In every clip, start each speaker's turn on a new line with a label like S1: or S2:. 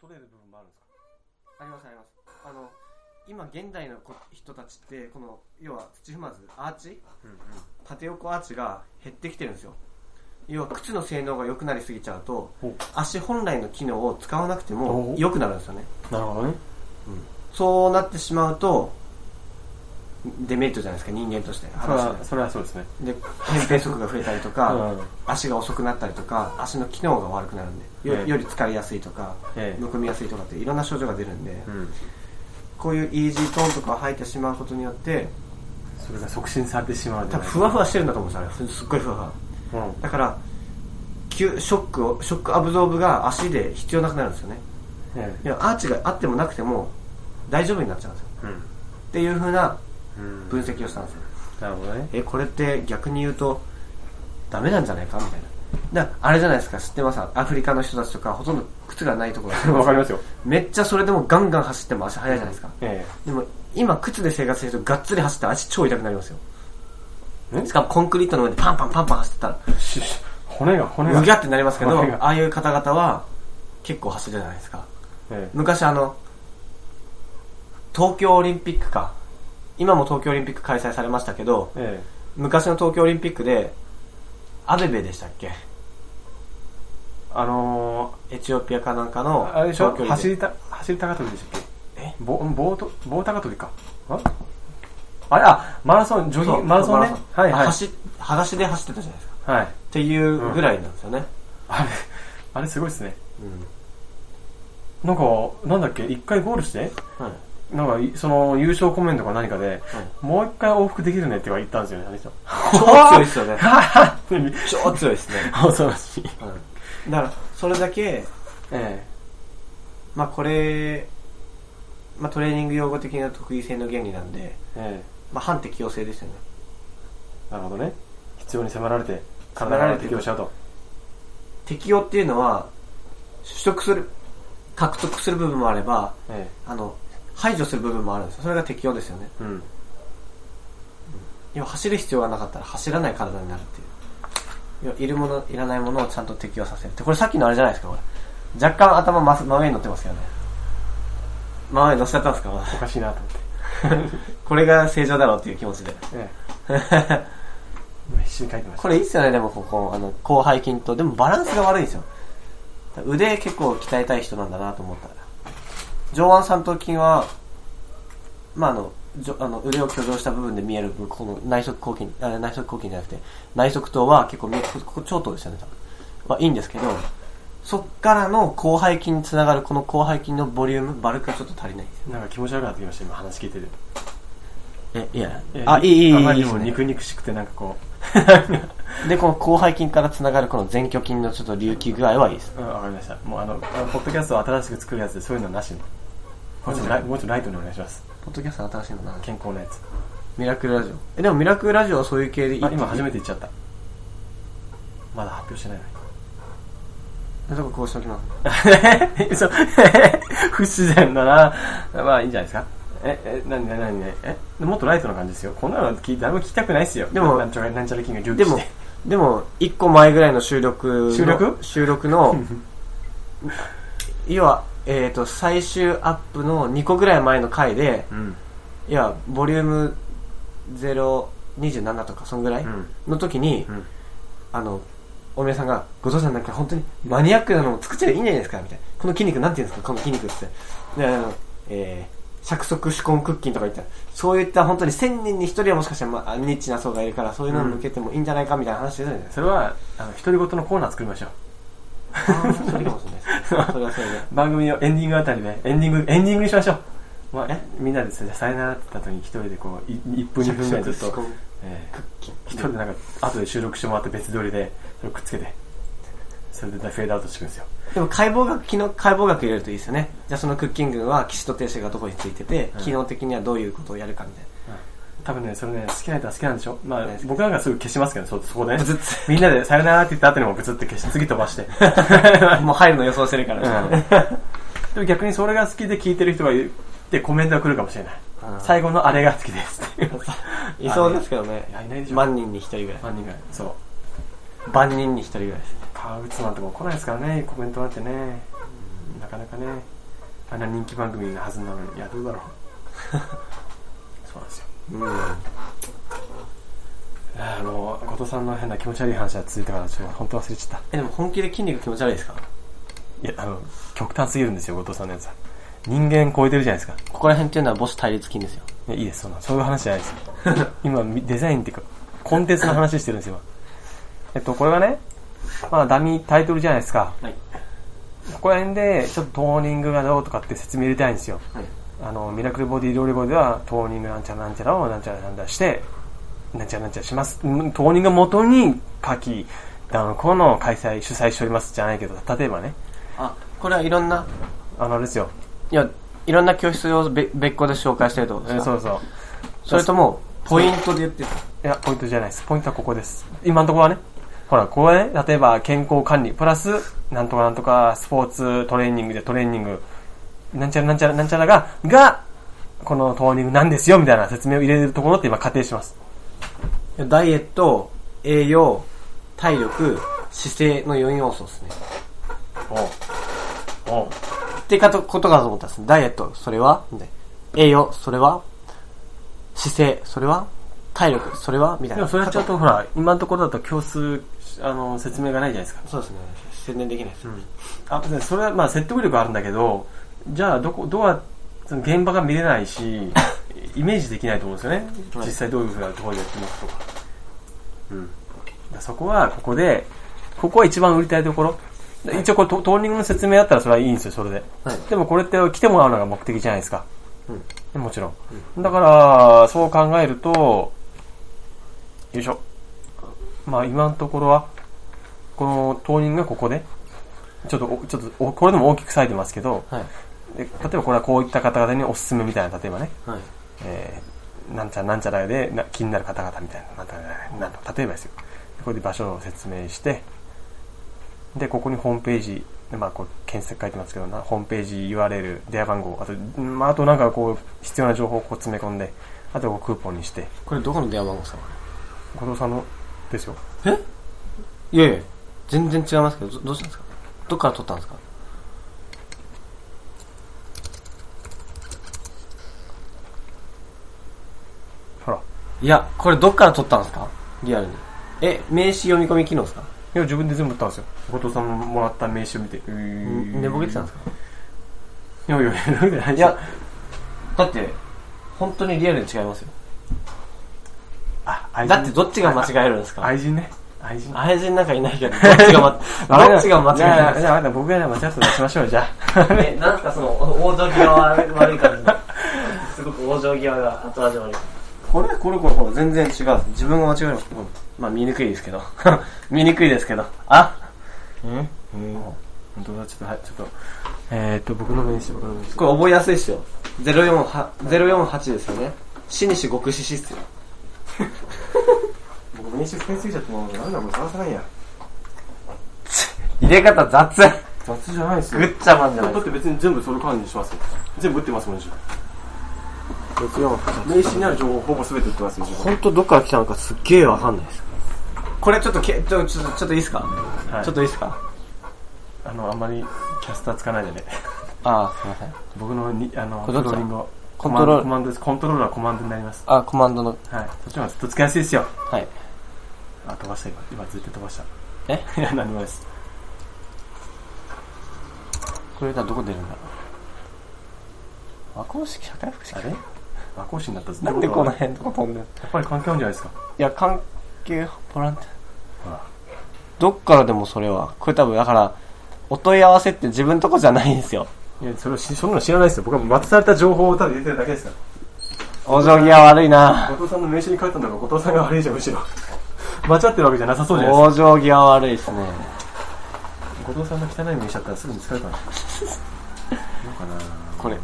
S1: 取れる部分もあるんですか
S2: ありますありますあの今現代のこ人たちってこの要は土踏まずアーチ
S1: うんうん
S2: 縦横アーチが減ってきてるんですよ要は靴の性能が良くなりすぎちゃうと足本来の機能を使わなくても
S1: お
S2: 良くなるんですよね
S1: なるほどね
S2: そうなってしまうとデメリットじゃないですか人間として
S1: それ
S2: 話
S1: はそれはそうですね
S2: で扁平足が増えたりとか、
S1: うん
S2: 足が遅くなったりとか足の機能が悪くなるんでよ,、
S1: ええ
S2: より疲れやすいとか、
S1: ええ
S2: むくみやすいとかっていろんな症状が出るんで、
S1: うん
S2: こういうイージートーンとかを履いてしまうことによって
S1: それが促進されてしまうじ
S2: 多
S1: ゃ
S2: 分
S1: ない
S2: ふわふわしてるんだと思うんですよねすっごいふわふわ
S1: うん
S2: だから急ショックをショックアブゾーブが足で必要なくなるんですよね
S1: え
S2: いやアーチがあってもなくても大丈夫になっちゃうんですよ
S1: え
S2: っていうふうな
S1: うんうん
S2: 分析をしたんですよ
S1: なるほどね
S2: えこれって逆に言うとダメなんじゃないかみたいなだあれじゃないですか知ってますアフリカの人たちとかほとんど靴がないところだと思うん
S1: わ
S2: です
S1: かりますよ
S2: めっちゃそれでもガンガン走っても足速いじゃないですか、
S1: え
S2: でも今靴で生活してるとがっつり走って足超痛くなりますよ
S1: え
S2: しかもコンクリートの上でパンパンパンパン走ってたら
S1: しし骨が骨が
S2: うぎゃってなりますけど
S1: わかる
S2: ああいう方々は結構走るじゃないですか
S1: え
S2: 昔あの東京オリンピックか今も東京オリンピック開催されましたけど
S1: ええ
S2: 昔の東京オリンピックでアベベでしたっけ
S1: えあの
S2: エチオピアかなんかの
S1: ー、あれでしょ
S2: 長距離
S1: 走りた走り高跳びでしたっけ
S2: え
S1: ぼ棒と棒高跳びかああれあマラソンジョギングマラソンねはいはい
S2: 走裸足で走ってたじゃないですか
S1: はい
S2: っていうぐらいなんですよね、
S1: あれあれすごいっすね
S2: うん
S1: なんかなんだっけ一回ゴールして
S2: はい
S1: なんかいその優勝コメントか何かで、
S2: い
S1: もう一回往復できるねって言ったんですよねあの人
S2: 超強いっ すよね
S1: って
S2: 超強いっすね、
S1: 恐ろしい
S2: うん、だからそれだけ
S1: え
S2: まあこれ、まあ、トレーニング用語的な特異性の原理なんで、
S1: ええ
S2: まあ、反適応性ですよね
S1: えなるほどね必要に迫られて
S2: 迫
S1: 体
S2: ら
S1: が
S2: れて
S1: 適応しちゃうと
S2: 適応っていうのは取得する獲得する部分もあれば
S1: え
S2: あの排除する部分もあるんですよそれが適応ですよね
S1: えうん
S2: 要は走る必要がなかったら走らない体になるっていう要はいるものいらないものをちゃんと適応させるってこれさっきのあれじゃないですかこれ若干頭真真上に乗ってますけどね真上に乗せちゃったんですかまだ
S1: おかしいなと思って
S2: これが正常だろうっていう気持ちで
S1: ええ 今必死に書いてまし
S2: こ
S1: た
S2: れいいっすよねでもここあの広背筋とでもバランスが悪いんですよ腕結構鍛えたい人なんだなと思った上腕三頭筋はまああのじょあの腕を挙上した部分で見えるこの内側抗筋あれ内側抗筋じゃなくて内側頭は結構見えここ長頭ですよね多分はいいんですけどそっからの広背筋につながるこの広背筋のボリュームバルクがちょっと足りないんですよ
S1: なんか気持ち悪くなってきました今話聞いてて
S2: えいや
S1: ええ
S2: あいいいいいいい
S1: あまり
S2: い
S1: にも
S2: いい
S1: 肉肉しくてなんかこ
S2: でこの広背筋からつながるこの前鋸筋のちょっと隆起具合はいいです
S1: ううんわかりましたもうあのあのポッドキャストを新しく作るやつでそういうのはなしねもうちょっとライもうちょっとライトにお願いします
S2: ポッドキャスト新しいのな
S1: 健康なやつ
S2: ミラクルラジオえでもミラクルラジオはそういう系でいい
S1: あ今初めて言っちゃったまだ発表してないのに
S2: てとここうしておきます
S1: 嘘 不自然だな。まあいいんじゃないですか。え、え、なになになにね。え、もっとライトな感じですよ。こんなの聞い誰も聞きたくないですよ。
S2: でも
S1: なんちゃら、なんちゃらキング隆
S2: で
S1: 起し
S2: も
S1: て。
S2: でも1個前ぐらいの収録の
S1: 収録
S2: 収録 の要は、えー、と最終アップの2個ぐらい前の回で
S1: うん。
S2: いやボリューム027とかそんぐらい
S1: うん
S2: の時に、
S1: うん
S2: あのお宮さんが「後藤さんなんか本当にマニアックなのも作っちゃいいんじゃないですか」みたいな「この筋肉なんていうんですかこの筋肉」ってであの、えー、尺足手根屈筋とか言ったらそういった本当に1000人に1人はもしかしたら、まあ、ニッチな層がいるからそういうのに向けてもいいんじゃないかみたいな話してたじゃないです
S1: それは、あの、独り言のコーナー作りましょう。
S2: か、あーそれかもしれないです ねそれはそれで
S1: 番組のエンディングあたりで、エンディング、エンディングにしましょう。まあ
S2: え、
S1: みんなでさ、じゃあさよならって言った時に一人でこう、い1分2分ぐらいずっと、ええ一人でなんか、後で収録してもらって別撮りで、それをくっつけて、それでフェードアウトしていくんですよ。
S2: でも解剖学、機能解剖学入れるといいですよね。じゃあそのクッキングは騎士と停止がどこについてて、
S1: うん
S2: 機能的にはどういうことをやるかみたいな。
S1: 多分ね、それね、好きな人は好きなんでしょまあ
S2: ね、
S1: 僕なんかすぐ消しますけど、そ、そこでね
S2: ブツッ。
S1: みんなでさよならって言った後にもブツって消して、次飛ば して。
S2: もう入るの予想してるから、
S1: うんでも逆にそれが好きで聞いてる人がいて、コメントが来るかもしれない
S2: あー。
S1: 最後のあれが好きですっていう。
S2: いそうですけどね
S1: いやいないでしょ
S2: 万人に一人ぐらい
S1: 万人ぐらい。そう。
S2: 万人に一人ぐらいですね
S1: パワーウッズなんてもう来ないですからね、コメントなんてね。なかなかねあんな人気番組のはずなのにいやどうだろうそうなんですよ
S2: うん。はい
S1: ああの後藤さんの変な気持ち悪い話が続いたからちょっと本当忘れちゃっ
S2: え、でも本気で筋肉気持ち悪いですか
S1: たいやあの極端すぎるんですよ後藤さんのやつは人間超えてるじゃないですか
S2: ここら辺っていうのは母子対立筋ですよ。
S1: いやいいですそんなそういう話じゃないですよ今みデザインっていうかコンテンツの話してるんですよ今えっとこれがねまあダミータイトルじゃないですか
S2: はい。
S1: ここら辺でちょっとトーニングがどうとかって説明入れたいんですよ
S2: はい。
S1: あのミラクルボディ料理ボディではトーニングなんちゃらなんちゃらをなんちゃらなんちゃらしてなんちゃらなんちゃらしますんトーニングを元に夏季あのこの開催主催しておりますじゃないけど例えばね
S2: あ、これはいろんな、
S1: あのあれですよ、
S2: いや、いろんな教室をべ別個で紹介してるってこと
S1: え
S2: ですか
S1: そうそう
S2: それとも、ポイントで言ってる
S1: いや、ポイントじゃないです。ポイントはここです。今のところはね、ほら、ここはね、例えば健康管理、プラス、なんとかなんとか、スポーツトレーニングでトレーニング、なんちゃらなんちゃらなんちゃらが、が、このトーニングなんですよ、みたいな説明を入れるところって今仮定します。
S2: いやダイエット、栄養、体力、姿勢の4要素ですね。
S1: おお
S2: ってかとことかと思ったんです。ダイエット、それはで栄養、それは姿勢、それは体力、それはみたい
S1: で
S2: な。
S1: もそれやっちゃうと、ほら、今のところだと教数、あの、説明がないじゃないですか。
S2: そうですね。宣伝できないです。
S1: あ、でそれはまあ説得力はあるんだけど、じゃあ、どこ、どうやその現場が見れな いし、イメージできないと思うんですよね。
S2: はい
S1: 実際どういうふうなところでやってますとか。うん。だからそこは、ここで、ここは一番売りたいところ。で一応これト、トーニングの説明あったらそれはいいんですよ、それで。
S2: はい
S1: でもこれって来てもらうのが目的じゃないですか。
S2: うん
S1: でもちろん。だから、そう考えると、よいしょ。まあ今のところは、この当人がここで、ちょっとお、ちょっとお、これでも大きく割いてますけど、
S2: はい。
S1: で例えばこれはこういった方々におすすめみたいな、例えばね、
S2: はい。
S1: えー、なんちゃらなんちゃらでな気になる方々みたいな、なんとかなんとか例えばですよ。でこれで場所を説明して、で、ここにホームページ、でまあ、こう検索書いてますけどな、ホームページ URL、電話番号、あと、んまあ、あとなんかこう、必要な情報をこう詰め込んで、あとこうクーポンにして、
S2: これどこの電話番号ですか
S1: 後藤さんのですよ。
S2: いやいや、全然違いますけど、どどうしたんですかどっから撮ったんですか
S1: ほら。
S2: いや、これどっから撮ったんですかリアルに。え、名刺読み込み機能ですか
S1: いや、自分で全部売ったんですよ。後藤さんのもらった名刺を見て、うー
S2: 寝ぼけてたんですか
S1: いやいや、寝ぼけてない
S2: いや、だって、本当にリアルに違いますよ。
S1: あ、愛人
S2: だってどっちが間違えるんですか
S1: 愛人ね。愛人。
S2: 愛人なんかいないけど、どっちが ま、どっちが間違えるん
S1: い
S2: です
S1: やいや、僕が間違ったとしましょうよ、じゃ
S2: かえ、なんすかその、往生際悪悪い感じ。すごく往生際が後味悪い。これこれこれこれ、全然違う。自分が間違える。うんまあ見にくいですけど。 見にくいですけど。あ
S1: あ。ん本当だ、ちょっと、はい、ちょっと。えーっと、僕の名刺、僕の名刺。
S2: これ覚えやすいっすよ。048 048ですよね。死にし極死死っすよ。
S1: 僕名刺使いすぎちゃってもう、なんだこれ探せないや。
S2: 入れ方雑
S1: 雑じゃないです
S2: ぐっちゃまんじゃない
S1: だ
S2: です
S1: って
S2: か。
S1: 別に全部それ感じしますよ。全部売ってますもん、自分。名刺にある情報ほぼ全て売ってますよ、自分。
S2: 本当どっから来たのかすっげえわかんないです。これちょっとけ、ちょ、ちょ、ちょっといいっすか、
S1: はい
S2: ちょっといいっすか
S1: あの、あんまりキャスターつかないでね。
S2: ああ、すいません。
S1: 僕のに、あの、
S2: これ
S1: コ
S2: ど
S1: ロ
S2: っちだ
S1: ーリングを。
S2: コントロール
S1: コマンドです。コントロールはコマンドになります。
S2: あ、コマンドの、
S1: はい。そっちの方がずっとつけやすいですよ。
S2: はい。
S1: あ、飛ばした、今。今、ずっと飛ばした。
S2: え
S1: いや、 何もです。
S2: これだ、どこ出るんだろう。和光式、社会福祉あれ
S1: 和光市になったぞ。
S2: なんでこの
S1: や
S2: 辺とか飛んでる
S1: っぱり関係あるんじゃないですか。
S2: いや、関係、ボランティア。
S1: ほら。
S2: どっからでもそれは。これ多分、だから、お問い合わせって自分とこじゃないんですよ。
S1: いや、それをし、そんなの知らないですよ。僕は渡された情報をただ入れてるだけですか
S2: お行儀は悪いな
S1: ら。後藤さんの名刺に書いたんだから、後藤さんが悪いじゃん、むしろ。 間違ってるわけじゃなさそうじゃないで
S2: お行儀は悪いですね。
S1: すか。後藤さんの汚い名刺だったらすぐ見つかるかな。どうかな
S2: これ。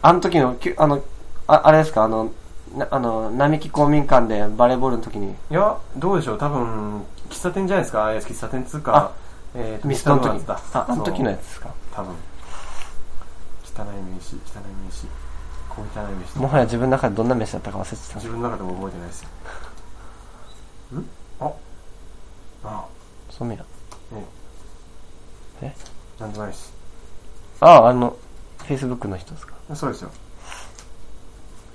S2: あの時の、きゅあの、ああれですか、あの、なあの、並木公民館でバレーボールの時に、
S1: いや、どうでしょう。多分、喫茶店じゃないですか。あいや喫茶店っつう
S2: あ
S1: か、えーと
S2: ミスターの時
S1: ミスターのやつだ
S2: あ、あの時のやつですか。
S1: 多分汚い名刺汚い名刺こう汚い名刺
S2: もはや自分の中でどんな飯だったか忘れてたんです
S1: 自分の中でも覚えてないですよんああ
S2: そう見ろ。
S1: え
S2: え
S1: なんでもないです。
S2: ああ、あの、Facebook の人ですか。
S1: そうですよ。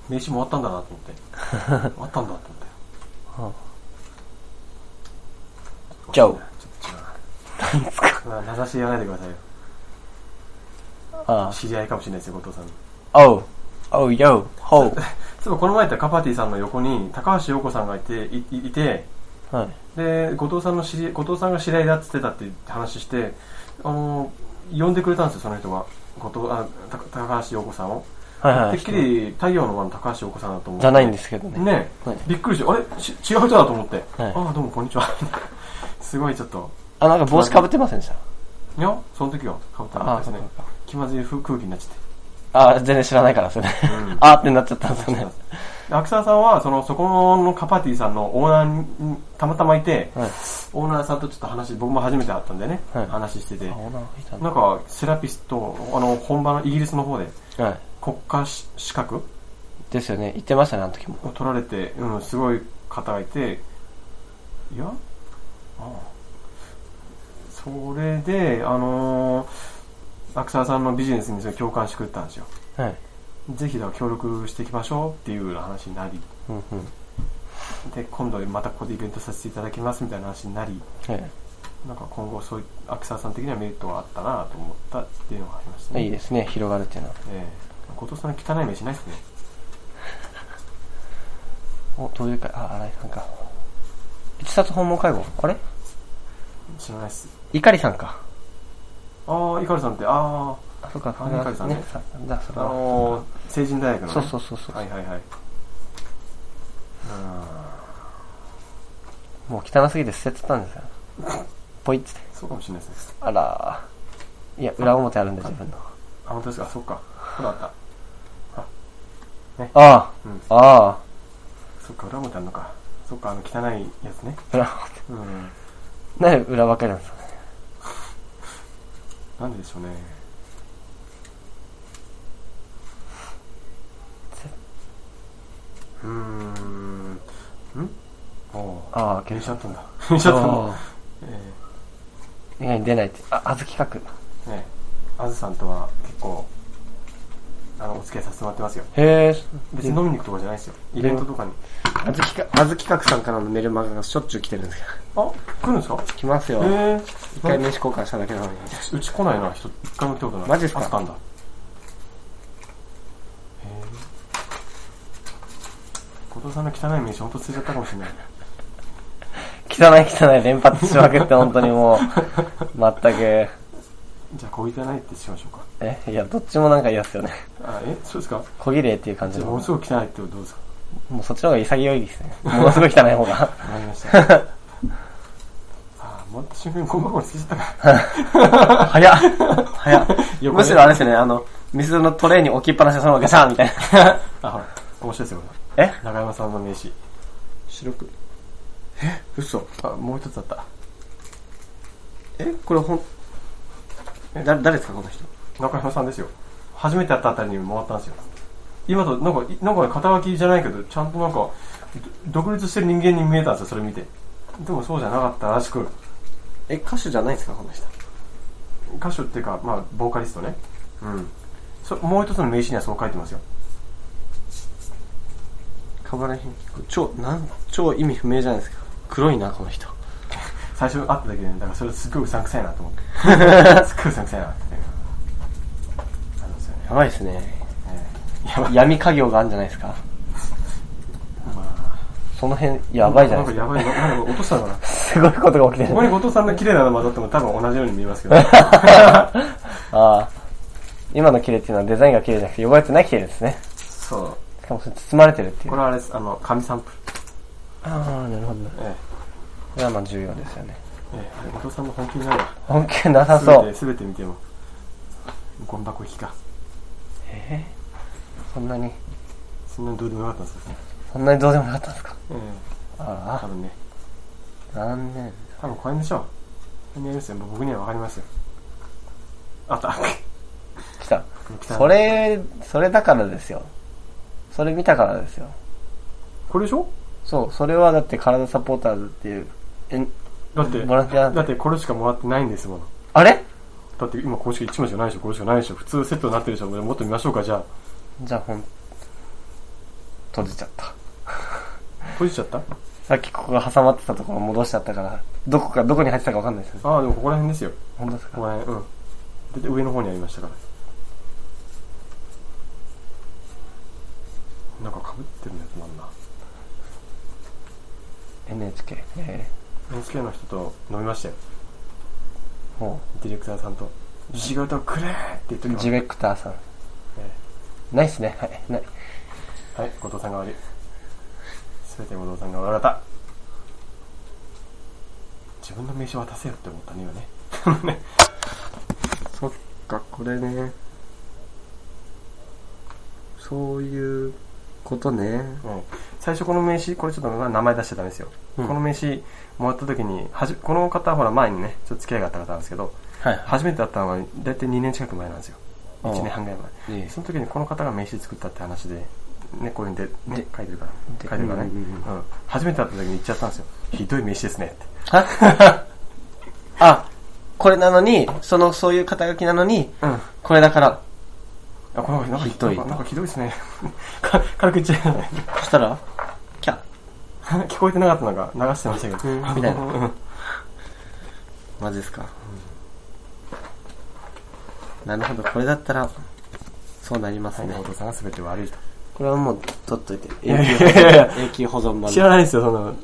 S1: 名刺もらったんだなと思 って。終わったんだと思って。
S2: はじゃあ
S1: ちょっと違う。何ですか名指し言わないでくださいよ。
S2: あ
S1: 知り合いかもしれないですよ、後藤さん。
S2: あ、おう、おう、よう、ほ
S1: そういえばこの前行ったカパティさんの横に高橋洋子さんがいて、いいいて、
S2: う。はい。
S1: で、後藤さんの知り、後藤さんが知り合いだって言ってたって話して、あの、呼んでくれたんですよ、その人が。後藤、あ、た高橋洋子さんを。
S2: はいはい。
S1: てっきり太陽の輪の高橋洋子さんだと思って。
S2: じゃないんですけどね。
S1: ね
S2: はい
S1: びっくりして、あれし違う人だと思って。
S2: はい
S1: ああ、どうもこんにちは。 すごいちょっと、
S2: あ、なんか帽子かぶってませんでした
S1: いや、その時はかぶった
S2: あ
S1: ん
S2: あ、
S1: で
S2: そう
S1: すね
S2: か。そうか。
S1: 気まずい風空気になっち
S2: あ全然知らないからですね。
S1: ゃって。うん。
S2: あーってなっちゃったんですよね。
S1: アクサさんは、その、そこのカパティさんのオーナーにたまたまいて、
S2: はい。
S1: オーナーさんとちょっと話、僕も初めて会ったんでね、
S2: はい
S1: 話してて
S2: あ、、お腹痛い
S1: なんか、セラピスト、あの、本場のイギリスの方で、
S2: な。はい。
S1: 国家し資格
S2: ですよね。言ってましたね、あの時も。
S1: を取られて、うん、すごい方がいて、いやああそれで、あのー、アクサさんのビジネスにすごい共感してくれたんですよ。
S2: はい。
S1: ぜひ、だから協力していきましょうっていうような話になり、
S2: うんうん。
S1: で、今度またここでイベントさせていただきますみたいな話になり、
S2: はい。
S1: なんか今後そういうアクサーさん的にはメリットがあったなと思ったっていうのがありましたね。
S2: いいですね、広がるっていうのは。
S1: ええ後藤さんの汚い目しないですね。
S2: お、どういうか、あ、荒井さんか。自殺訪問介護あれ
S1: 知らないっす。
S2: 怒りさんか。
S1: ああ、イカルさんって、ああ、
S2: あ、そうか、
S1: あ碇さんね
S2: さだ、そ
S1: あ
S2: れは。
S1: のー、成人大学の、ね。
S2: そうそうそうそう、
S1: はいはいはい。
S2: もう汚すぎて捨ててたんですよ。ポイって。
S1: そうかもしれないですね。
S2: あらーいや、裏表あるんで、自分の。
S1: あ、本当ですか。あそっか。そうだった。
S2: あ
S1: うん。
S2: あ、あ
S1: そっか、裏表あるのか。そっか、あの、汚いやつね。
S2: あ、裏、
S1: うん。
S2: なんで裏ばっかりなんですかね。
S1: なんででしょうね。うーん。んおお。
S2: ああ、
S1: 電
S2: 検証。
S1: 車だったんだ。電車だったんだ。
S2: あ
S1: え
S2: ー意外に出ないって。あ、あずきかく。
S1: えねえあずさんとは結構、あの、お付き合いさせてもらってますよ。
S2: へえ、
S1: 別に飲みに行くとかじゃないですよ。イベントとかに。
S2: あずきか、あずきかくさんからのメルマガがしょっちゅう来てるんですけど。
S1: あ、来るんですか
S2: 来ますよ
S1: え。え
S2: 一回名刺交換しただけなのに。
S1: うち来ないな、人、一回も来たことない。
S2: マジっすか
S1: あずんだ。へえ後藤さんの汚い名刺、ほんと捨てちゃったかもしれない。
S2: 汚い汚い連発しまくって、本当にもう、全く。
S1: じゃあ、こう言ってないってしましょうか。
S2: え、いや、どっちもなんか嫌っすよね。
S1: あ、え、そうですか
S2: 小綺麗っていう感じ
S1: じゃあ、
S2: の。
S1: もの
S2: も
S1: すごく汚いってどうですか
S2: うそっちの方が潔いですね。ものすごい汚い方 が。
S1: わかりました。 あ、もっと瞬間にゴミ箱につけちゃったか。
S2: 早っ。早っ。
S1: 横
S2: む
S1: ね
S2: しろあれですよね、あの、水のトレーに置きっぱなしでそのままガシャンみたいな。
S1: あ、ほら、面白いですよ、こ
S2: え
S1: れ。長山さんの名刺。
S2: 白く。
S1: え、嘘。あ、もう一つあった。
S2: えこれほん、だ、誰ですか、この人。
S1: 中山さんですよ。初めて会ったあたりにもらったんですよ。今と、なんか、いなんか肩書きじゃないけど、ちゃんとなんか、ど独立してる人間に見えたんですよ、それ見て。でもそうじゃなかったらしく、
S2: え、歌手じゃないですか、この人。
S1: 歌手っていうか、まあ、ボーカリストね。うん。そもう一つの名刺にはそう書いてますよ。
S2: かばれへん。超、なん、超意味不明じゃないですか。黒いな、この 人。
S1: 最初会った時に、だからそれすっごいうさんくさいなと思って。すっごいうさんくさいなって。あのですよね。
S2: やばいですね。
S1: えーやばい。
S2: 闇家業があるんじゃないですか。
S1: ま
S2: その辺、やばいじゃないですか。
S1: なんかやばい。なんか落としたのかな。
S2: すごいことが起きて
S1: こ
S2: る。
S1: こに後藤さんの綺麗なの混ざっても多分同じように見えますけど、
S2: ああ。今の綺麗っていうのはデザインが綺麗じゃなくて、汚れてない綺麗ですね。
S1: そ
S2: しかもそれ包まれてるって
S1: う。
S2: い
S1: こ
S2: う。
S1: れはあれです。あの、紙サンプル。
S2: ああ、なるほど。こ
S1: ええ
S2: れはまあ重要ですよね。
S1: ええ、お父さんの本気になるわ。
S2: 本気なさそ
S1: すべ
S2: う
S1: て。すべて見ても。ゴミ箱引きか。
S2: えー、そんなに、
S1: そんなにどうでもよかったんですね。
S2: そんなにどうでもよかったんですか
S1: ええ、多
S2: あ
S1: 分ね。
S2: あ、残念。
S1: 多分これでしょう。これですよ。もう僕にはわかりますよ。あった。
S2: 来た。
S1: 来た
S2: それ、それだからですよ。それ見たからですよ。
S1: これでしょ
S2: そう、それはだって体サポーターズっていう、えん
S1: だって、
S2: ボランティア
S1: だってこれしかもらってないんですもの。
S2: あれ
S1: だって今これしか1枚しかないでしょ、これしかないでしょ、普通セットになってるでしょ、これもっと見ましょうか、じゃあ。じゃあ、ほん、
S2: 閉じちゃった。
S1: 閉じちゃった
S2: さっきここが挟まってたところ戻しちゃったから、どこか、どこに入ってたかわかんないですよね。
S1: ああ、でもここら辺ですよ。
S2: 本当です
S1: こ
S2: か
S1: こら辺、うん。でで、上の方にありましたから。なんか被ってるやつもあんな。
S2: ?NHK。え
S1: NHK の人と飲みましたよ。
S2: ー、も
S1: ディレクターさんと。仕事くれーって言っと
S2: う、
S1: きま
S2: ジ
S1: す。
S2: ベクターさん。
S1: え
S2: ないっすね。はい。ない。
S1: えはい、後藤さんが悪い。すべて後藤さんが悪かった。自分の名刺渡せよって思ったね、今ね。
S2: そっか、これね。そういうことね。
S1: うん最初この名刺、これちょっと名前出しちゃダメですよ。
S2: うん
S1: この名刺もらった時に、はじこの方はほら前にね、ちょっと付き合いがあった方なんですけど、
S2: はいは
S1: 初めて会ったのは大体2年近く前なんですよ。
S2: うん
S1: 1年半ぐらい
S2: いえ
S1: 前。その時にこの方が名刺作ったって話で、ね、こういうんで、ね
S2: で、
S1: 書いてるから、
S2: で
S1: 書いてるからね、
S2: うんうん
S1: うん初めて会った時に言っちゃったんですよ。ひどい名刺ですねって。
S2: は あ、これなのに、その、そういう肩書きなのに、
S1: うん。
S2: これだから、
S1: あ、この子なんか
S2: ひどい
S1: なんかなんかひどいですね。 か軽く言っちゃうよね。
S2: そしたら、キャ
S1: 聞こえてなかったのか流してましたけど。
S2: みたいな
S1: うん
S2: マジですか、なるほど、これだったら、そうなります
S1: はい、
S2: ね。
S1: 後藤さんが全て悪いと。
S2: これはもう、取っといて。
S1: いやいやいやいや
S2: 永久保存版
S1: 知らないですよ、そんなの。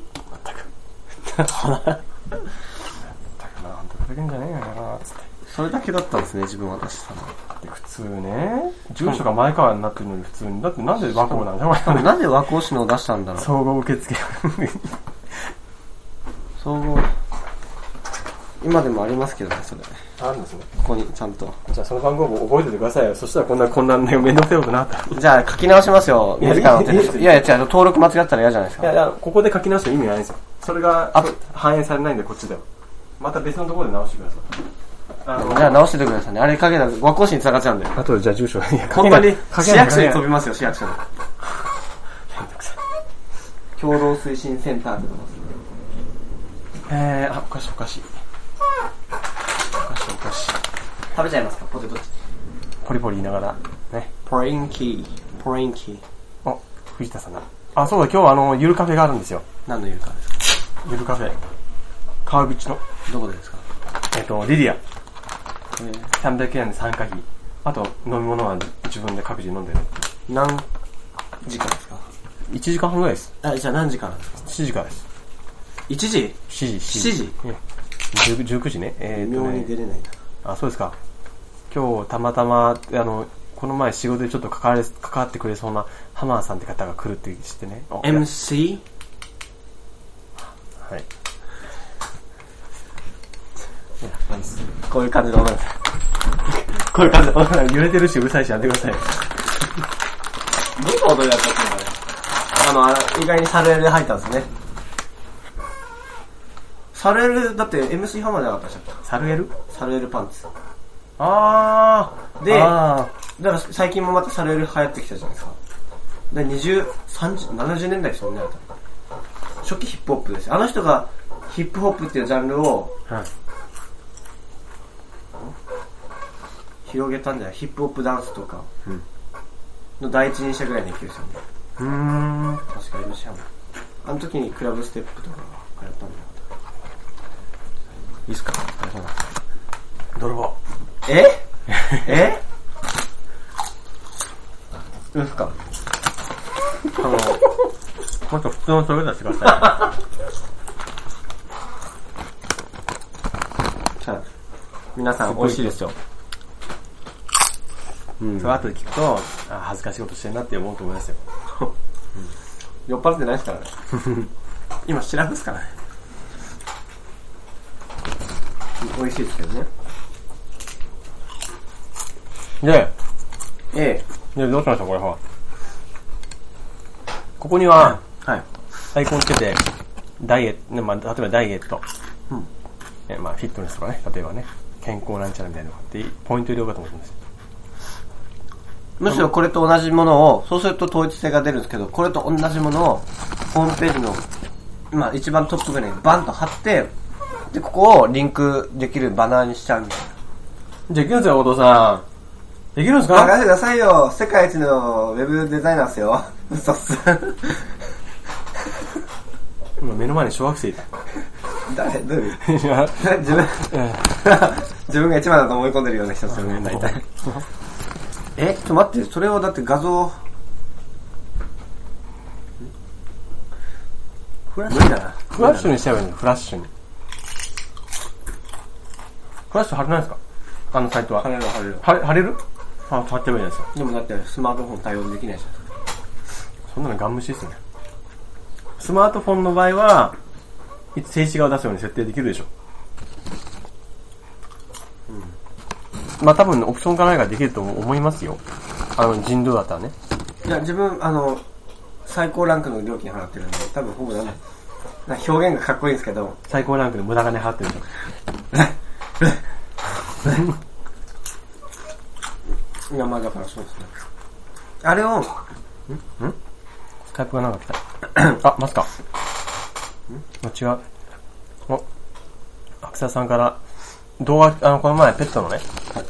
S1: 全く。全くな、ほんとふざけんじゃねえよな、つって。
S2: それだけだったんですね、自分は出したの。
S1: で、普通ね、住所が前川になってるのに普通に。だってなんで和光なんだよ、これ。
S2: なぜ和光市のを出したんだろう。
S1: 総合受付。
S2: 総合、今でもありますけどね、それ。
S1: あるんですね。
S2: ここに、ちゃんと。
S1: じゃあその番号も覚えててくださいよ。そしたらこんな、こんなね、面倒くせえことなかった。
S2: じゃあ、書き直しますよ、
S1: いや
S2: 自らの手
S1: いいです
S2: で。
S1: よ
S2: いやいや、違う、登録間違ったら嫌じゃないです
S1: いや、
S2: か。
S1: いやここで書き直した意味ないんですよ。それが
S2: あ
S1: そう反映されないんで、こっちだよ。また別のところで直してください。あ
S2: じゃあ、直しててくださいね。あれ、かけたら和光市に繋がっちゃうんで。
S1: あとでじゃあ住所。いや
S2: 本当に、
S1: 書
S2: 市
S1: けない
S2: 役所に飛びますよ、市役所に。
S1: 書けない
S2: 共同推進センターってことですね。
S1: えー、あ、おかしいおかしい。おかしいおかしい。
S2: 食べちゃいますか、ポテトチップ
S1: ポリポリ言いながら、ね。
S2: ポリンキー。ポリンキー。
S1: お、藤田さんだ。あ、そうだ、今日はあの、ゆるカフェがあるんですよ。
S2: 何の言うかですか
S1: ゆるカフェ。川口の、
S2: どこでですか
S1: えっ、と、リリア。
S2: えー
S1: 300円で参加費。あと、飲み物は自分で各自飲んでる。
S2: 何時間ですか
S1: 1時間半ぐらいです。
S2: あ、じゃあ何時からですか
S1: 7時からです。
S2: ?1 時
S1: 7時、
S2: ?7 時
S1: うん10 19時ね。え
S2: 微
S1: ー、と
S2: 妙
S1: ね
S2: に出れないな。
S1: あ、そうですか。今日、たまたま、あの、この前仕事でちょっと関われ関わってくれそうなハマーさんって方が来るって知ってね。あ
S2: MC?
S1: はい。
S2: こういう感じで踊るんです。こういう感じで踊る。
S1: 揺れてるし、うるさいし、やってください。
S2: どんな踊りだったんですかねあのあれ、意外にサルエルで入ったんですね。サルエル、だって MC ハマーじゃなかったでし
S1: サルエル
S2: ょサルエルパンツ。
S1: あー。
S2: で
S1: あ
S2: だから最近もまたサルエル流行ってきたじゃないですか。で、20、30、70年代ですよね。初期ヒップホップです。あの人がヒップホップっていうジャンルを
S1: ーはい。
S2: 広げたんじゃないヒップホップダンスとか
S1: うん
S2: の第一人者ぐらいの勢いですよね。
S1: うーん。
S2: 確か MC ハム。あの時にクラブステップとかが流行ったんじゃなかったいいっすか
S1: 泥棒。
S2: ええ どうですか
S1: あの、もっと普通のトイレ出してくださ
S2: じゃあ皆さん美味しいですよ。う
S1: い。
S2: ん
S1: それ後で聞くと、あ恥ずかしいことしてんなって思うと思いますよ。
S2: 酔っ払ってないですからね。今、シラフですからね。美味しいですけどね。
S1: で、
S2: え
S1: で、どうしましたこれは。ここには、
S2: え。はい。
S1: アイコンつけて、ダイエット、ねまあ、例えばダイエット、
S2: うん
S1: えまあ、フィットネスとかね、例えばね、健康なんちゃらみたいなのがあって、ポイント入れようかと思ってます。
S2: むしろこれと同じものを、そうすると統一性が出るんですけど、これと同じものを、ホームページの、まあ一番トップぐらいにバンと貼って、で、ここをリンクできるバナーにしちゃうみたいな。
S1: じゃあ行きますよ、後藤さん。できるんです
S2: 任せ
S1: か
S2: てくださいよ。世界一のウェブデザイナーっすよ。嘘っ す。
S1: 今目の前に小学生いた。
S2: 誰どういう
S1: いや、
S2: 自分、
S1: え
S2: 自分が一番だと思い込んでるような人っすよ
S1: え
S2: ね、大体。え、ちょっと待って、それをだって画像。んフラッシュだな。
S1: フラッシュにしちゃえばいいのフラッシュに。フラッシュ貼れないですかあのサイトは。
S2: 貼れる貼れる。
S1: 貼れ貼れるあ貼ってもいいですよ。
S2: でもだってスマートフォン対応できないじ
S1: そんなのガン無視ですね。スマートフォンの場合は、いつ静止画を出すように設定できるでしょ。まあ多分オプションがないからできると思いますよ。あの人道だったらね。
S2: ゃん。いや、自分、あの、最高ランクの料金払ってるんで、多分ほぼなんか表現がかっこいいんですけど、
S1: 最高ランクで無駄金払ってるでしょ。
S2: いや、まあだからそうですね。あれを、
S1: スカイプがなんか来た。あ、 マスか。んあ違う。お、アクサさんから、動画、あの、この前ペットのね、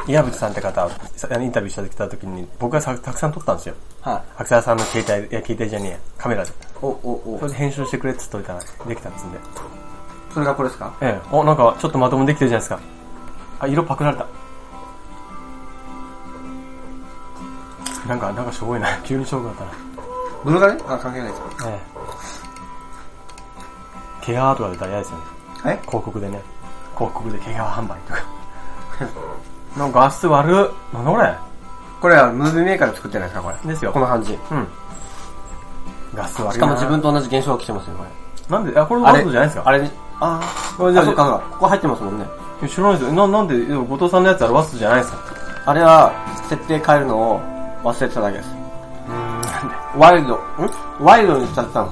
S1: 岩渕さんって方、さあのインタビューしてきた時に、僕がさたくさん撮ったんですよ。
S2: はい。
S1: アクサさんの携帯、いや、携帯じゃねえや、カメラで。
S2: お、お、
S1: そ
S2: お。
S1: れで編集してくれって言っといたら、できたっつうんで。
S2: それがこれですか
S1: ええ、お、なんか、ちょっとまともにできてるじゃないですか。あ、色パクられた。なんか、なんかしょぼい な。急にしょぼかったな。
S2: ブルガリあ、関係ないですか
S1: ええ。怪我とか出たら嫌ですよね。
S2: え
S1: 広告でね。広告で怪我販売とか。 なんか画質悪っ。なんだこ
S2: これはムービーメーカーで作ってないですかこれ。
S1: れですよ。
S2: この感じ。
S1: うん。画質悪いな。
S2: しかも自分と同じ現象が来てますよ、これ。
S1: なんで、あ、これワールドじゃないですか
S2: あれ、あ
S1: こ
S2: ー
S1: れ
S2: あ、
S1: じゃあ
S2: そっか、そっかここ入ってますもんね。
S1: いや知らないですよ。な、なんで、でも後藤さんのやつあれワストじゃないですか
S2: あれは、設定変えるのを忘れてただけです。ワイルド、んワイルドに使ってたんで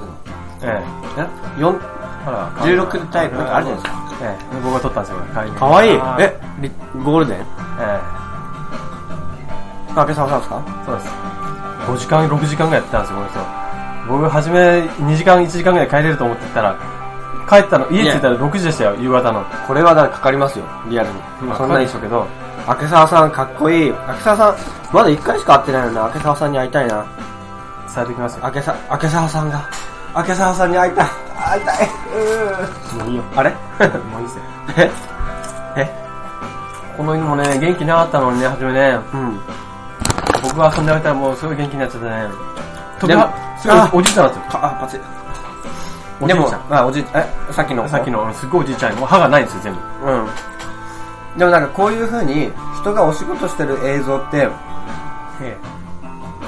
S2: すよ。
S1: え
S2: え四
S1: ほら、
S2: 16タイプなんかあるじゃないですか。
S1: ええ、僕が撮ったんですよ、これ。
S2: かわいい
S1: あー
S2: え、リゴールデン
S1: え
S2: あ、けさんですか
S1: え、そうです。5時間、6時間ぐらいやってたんですよ、この人。僕、初め2時間、1時間ぐらい帰れると思ってたら、帰ったの、家着いたら6時でしたよ、夕方の。
S2: これはだからかかりますよ、リアルに。
S1: 今、
S2: そ
S1: そ
S2: ん
S1: ん
S2: な
S1: な
S2: に
S1: でしょうけど、
S2: 明沢さんかっこいい。明沢さん、まだ一回しか会ってないのに、明沢さんに会いたいな。
S1: 伝えてきますよ。
S2: 明沢、明沢さんが、明沢さんに会いたい。会いたい。うー
S1: も ういいよ。
S2: あれ
S1: もういいですよ。
S2: ええ
S1: この犬もね、元気なかったのにね、初めね、
S2: うん。
S1: 僕が遊んであげたらもうすごい元気になっちゃってね。と
S2: でも
S1: すごいおじいちゃんなんですよ。
S2: かあ、パチ
S1: おじ
S2: で
S1: い
S2: も
S1: ちゃん、。
S2: あ、おじい、え、さっきの。
S1: さっき。の、すっごいおじいちゃん、もう歯がないんですよ、全部。
S2: うん。でもなんかこういう風に、人がお仕事してる映像って、
S1: ええ。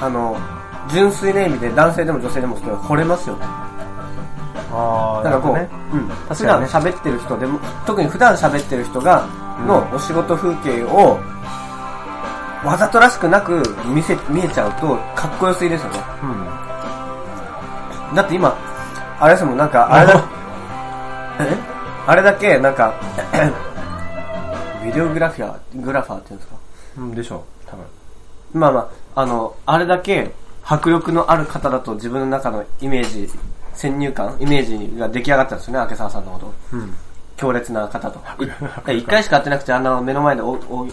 S2: あの、純粋な意味で男性でも女性でもそれ惚れますよね。
S1: ああ、
S2: だからこう、うん、
S1: 確
S2: 普
S1: かに
S2: 段
S1: ね
S2: 喋ってる人でも、特に普段喋ってる人が、のお仕事風景を、わざとらしくなく見せ、見えちゃうと、かっこよすぎですよね。
S1: うん。
S2: だって今、あれですもん、なん か、あれだ、えあれだけ、なんか、 ビデオグラフィア、グラファーって言うんですか
S1: うんでしょう、多分。
S2: まあまあ、あの、あれだけ迫力のある方だと自分の中のイメージ、先入観、イメージが出来上がったんですよね、明沢さんのこと。
S1: うん。
S2: 強烈な方と。い一回しか会ってなくて、あんな目の前で大、大、ね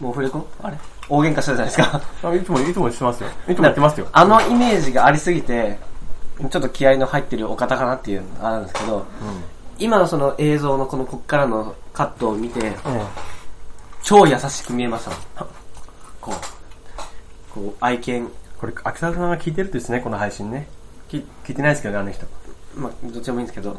S2: もう振り子あれ大喧嘩したじゃないですか。
S1: あいつも、いつもしてますよ。いつもやってますよ。
S2: あのイメージがありすぎて、ちょっと気合の入ってるお方かなっていうのがあるんですけど、今のその映像のこのこっからのカットを見て、
S1: うん。
S2: 超優しく見えましたもん。こう、こう、愛犬、
S1: これ、秋沢さんが聞いてるとですね、この配信ね。き聞いてないですけどね、あの 人。
S2: まあ、どっちでもいいんですけど、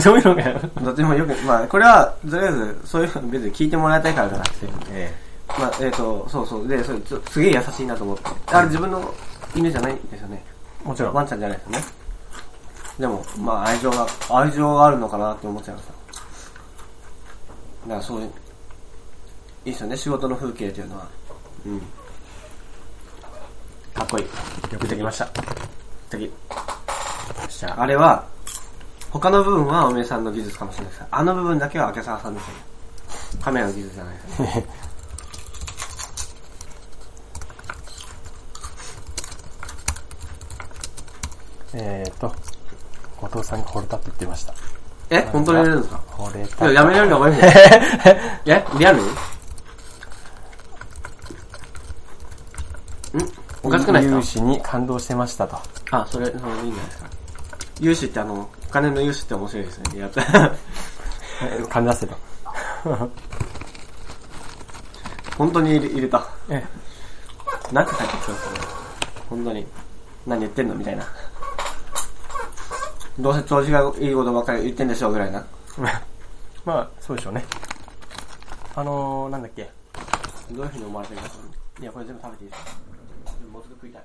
S1: そういうのが。
S2: どっちでもよく、まあ、これは、とりあえず、そういうの別に聞いてもらいたいからじゃなくて、
S1: え
S2: まあ、えっ、と、そうそう、で、それちょすげえ優しいなと思って、あれ自分の犬じゃないんですよね。
S1: え。もちろん。
S2: ワンちゃんじゃないですよね。でも、まあ愛情が、愛情があるのかなって思っちゃいました。だからそういう、いいですよね、仕事の風景というのは。うん。かっこいい。
S1: よくできました。
S2: 次。
S1: じゃあ、
S2: あれは、他の部分はおめえさんの技術かもしれないですけど、あの部分だけは明沢さんですよね。カメラの技術じゃないですよね。
S1: えーと、後藤さんが惚れたって言ってました。
S2: え、本当にやれるんですか
S1: 惚れ
S2: いや
S1: た。
S2: やめるよりは多いもん。えリアルにおかしくないですか
S1: 融資に感動してましたと。
S2: あ、それ、それでいいんじゃないですか。融資ってあの、お金の融資って面白いですね。やった
S1: 感じ出せと。
S2: 本当に入れ入れた。
S1: え
S2: なんて書いてきたんですかね。本当に。何言ってんのみたいな。どうせ調子がいいことばっかり言ってんでしょうぐらいな。
S1: まあ、そうでしょうね。あのー、なんだっけ。
S2: どういうふうに思われてるんですかいや、これ全部食べていいですかもうすぐ食いたい。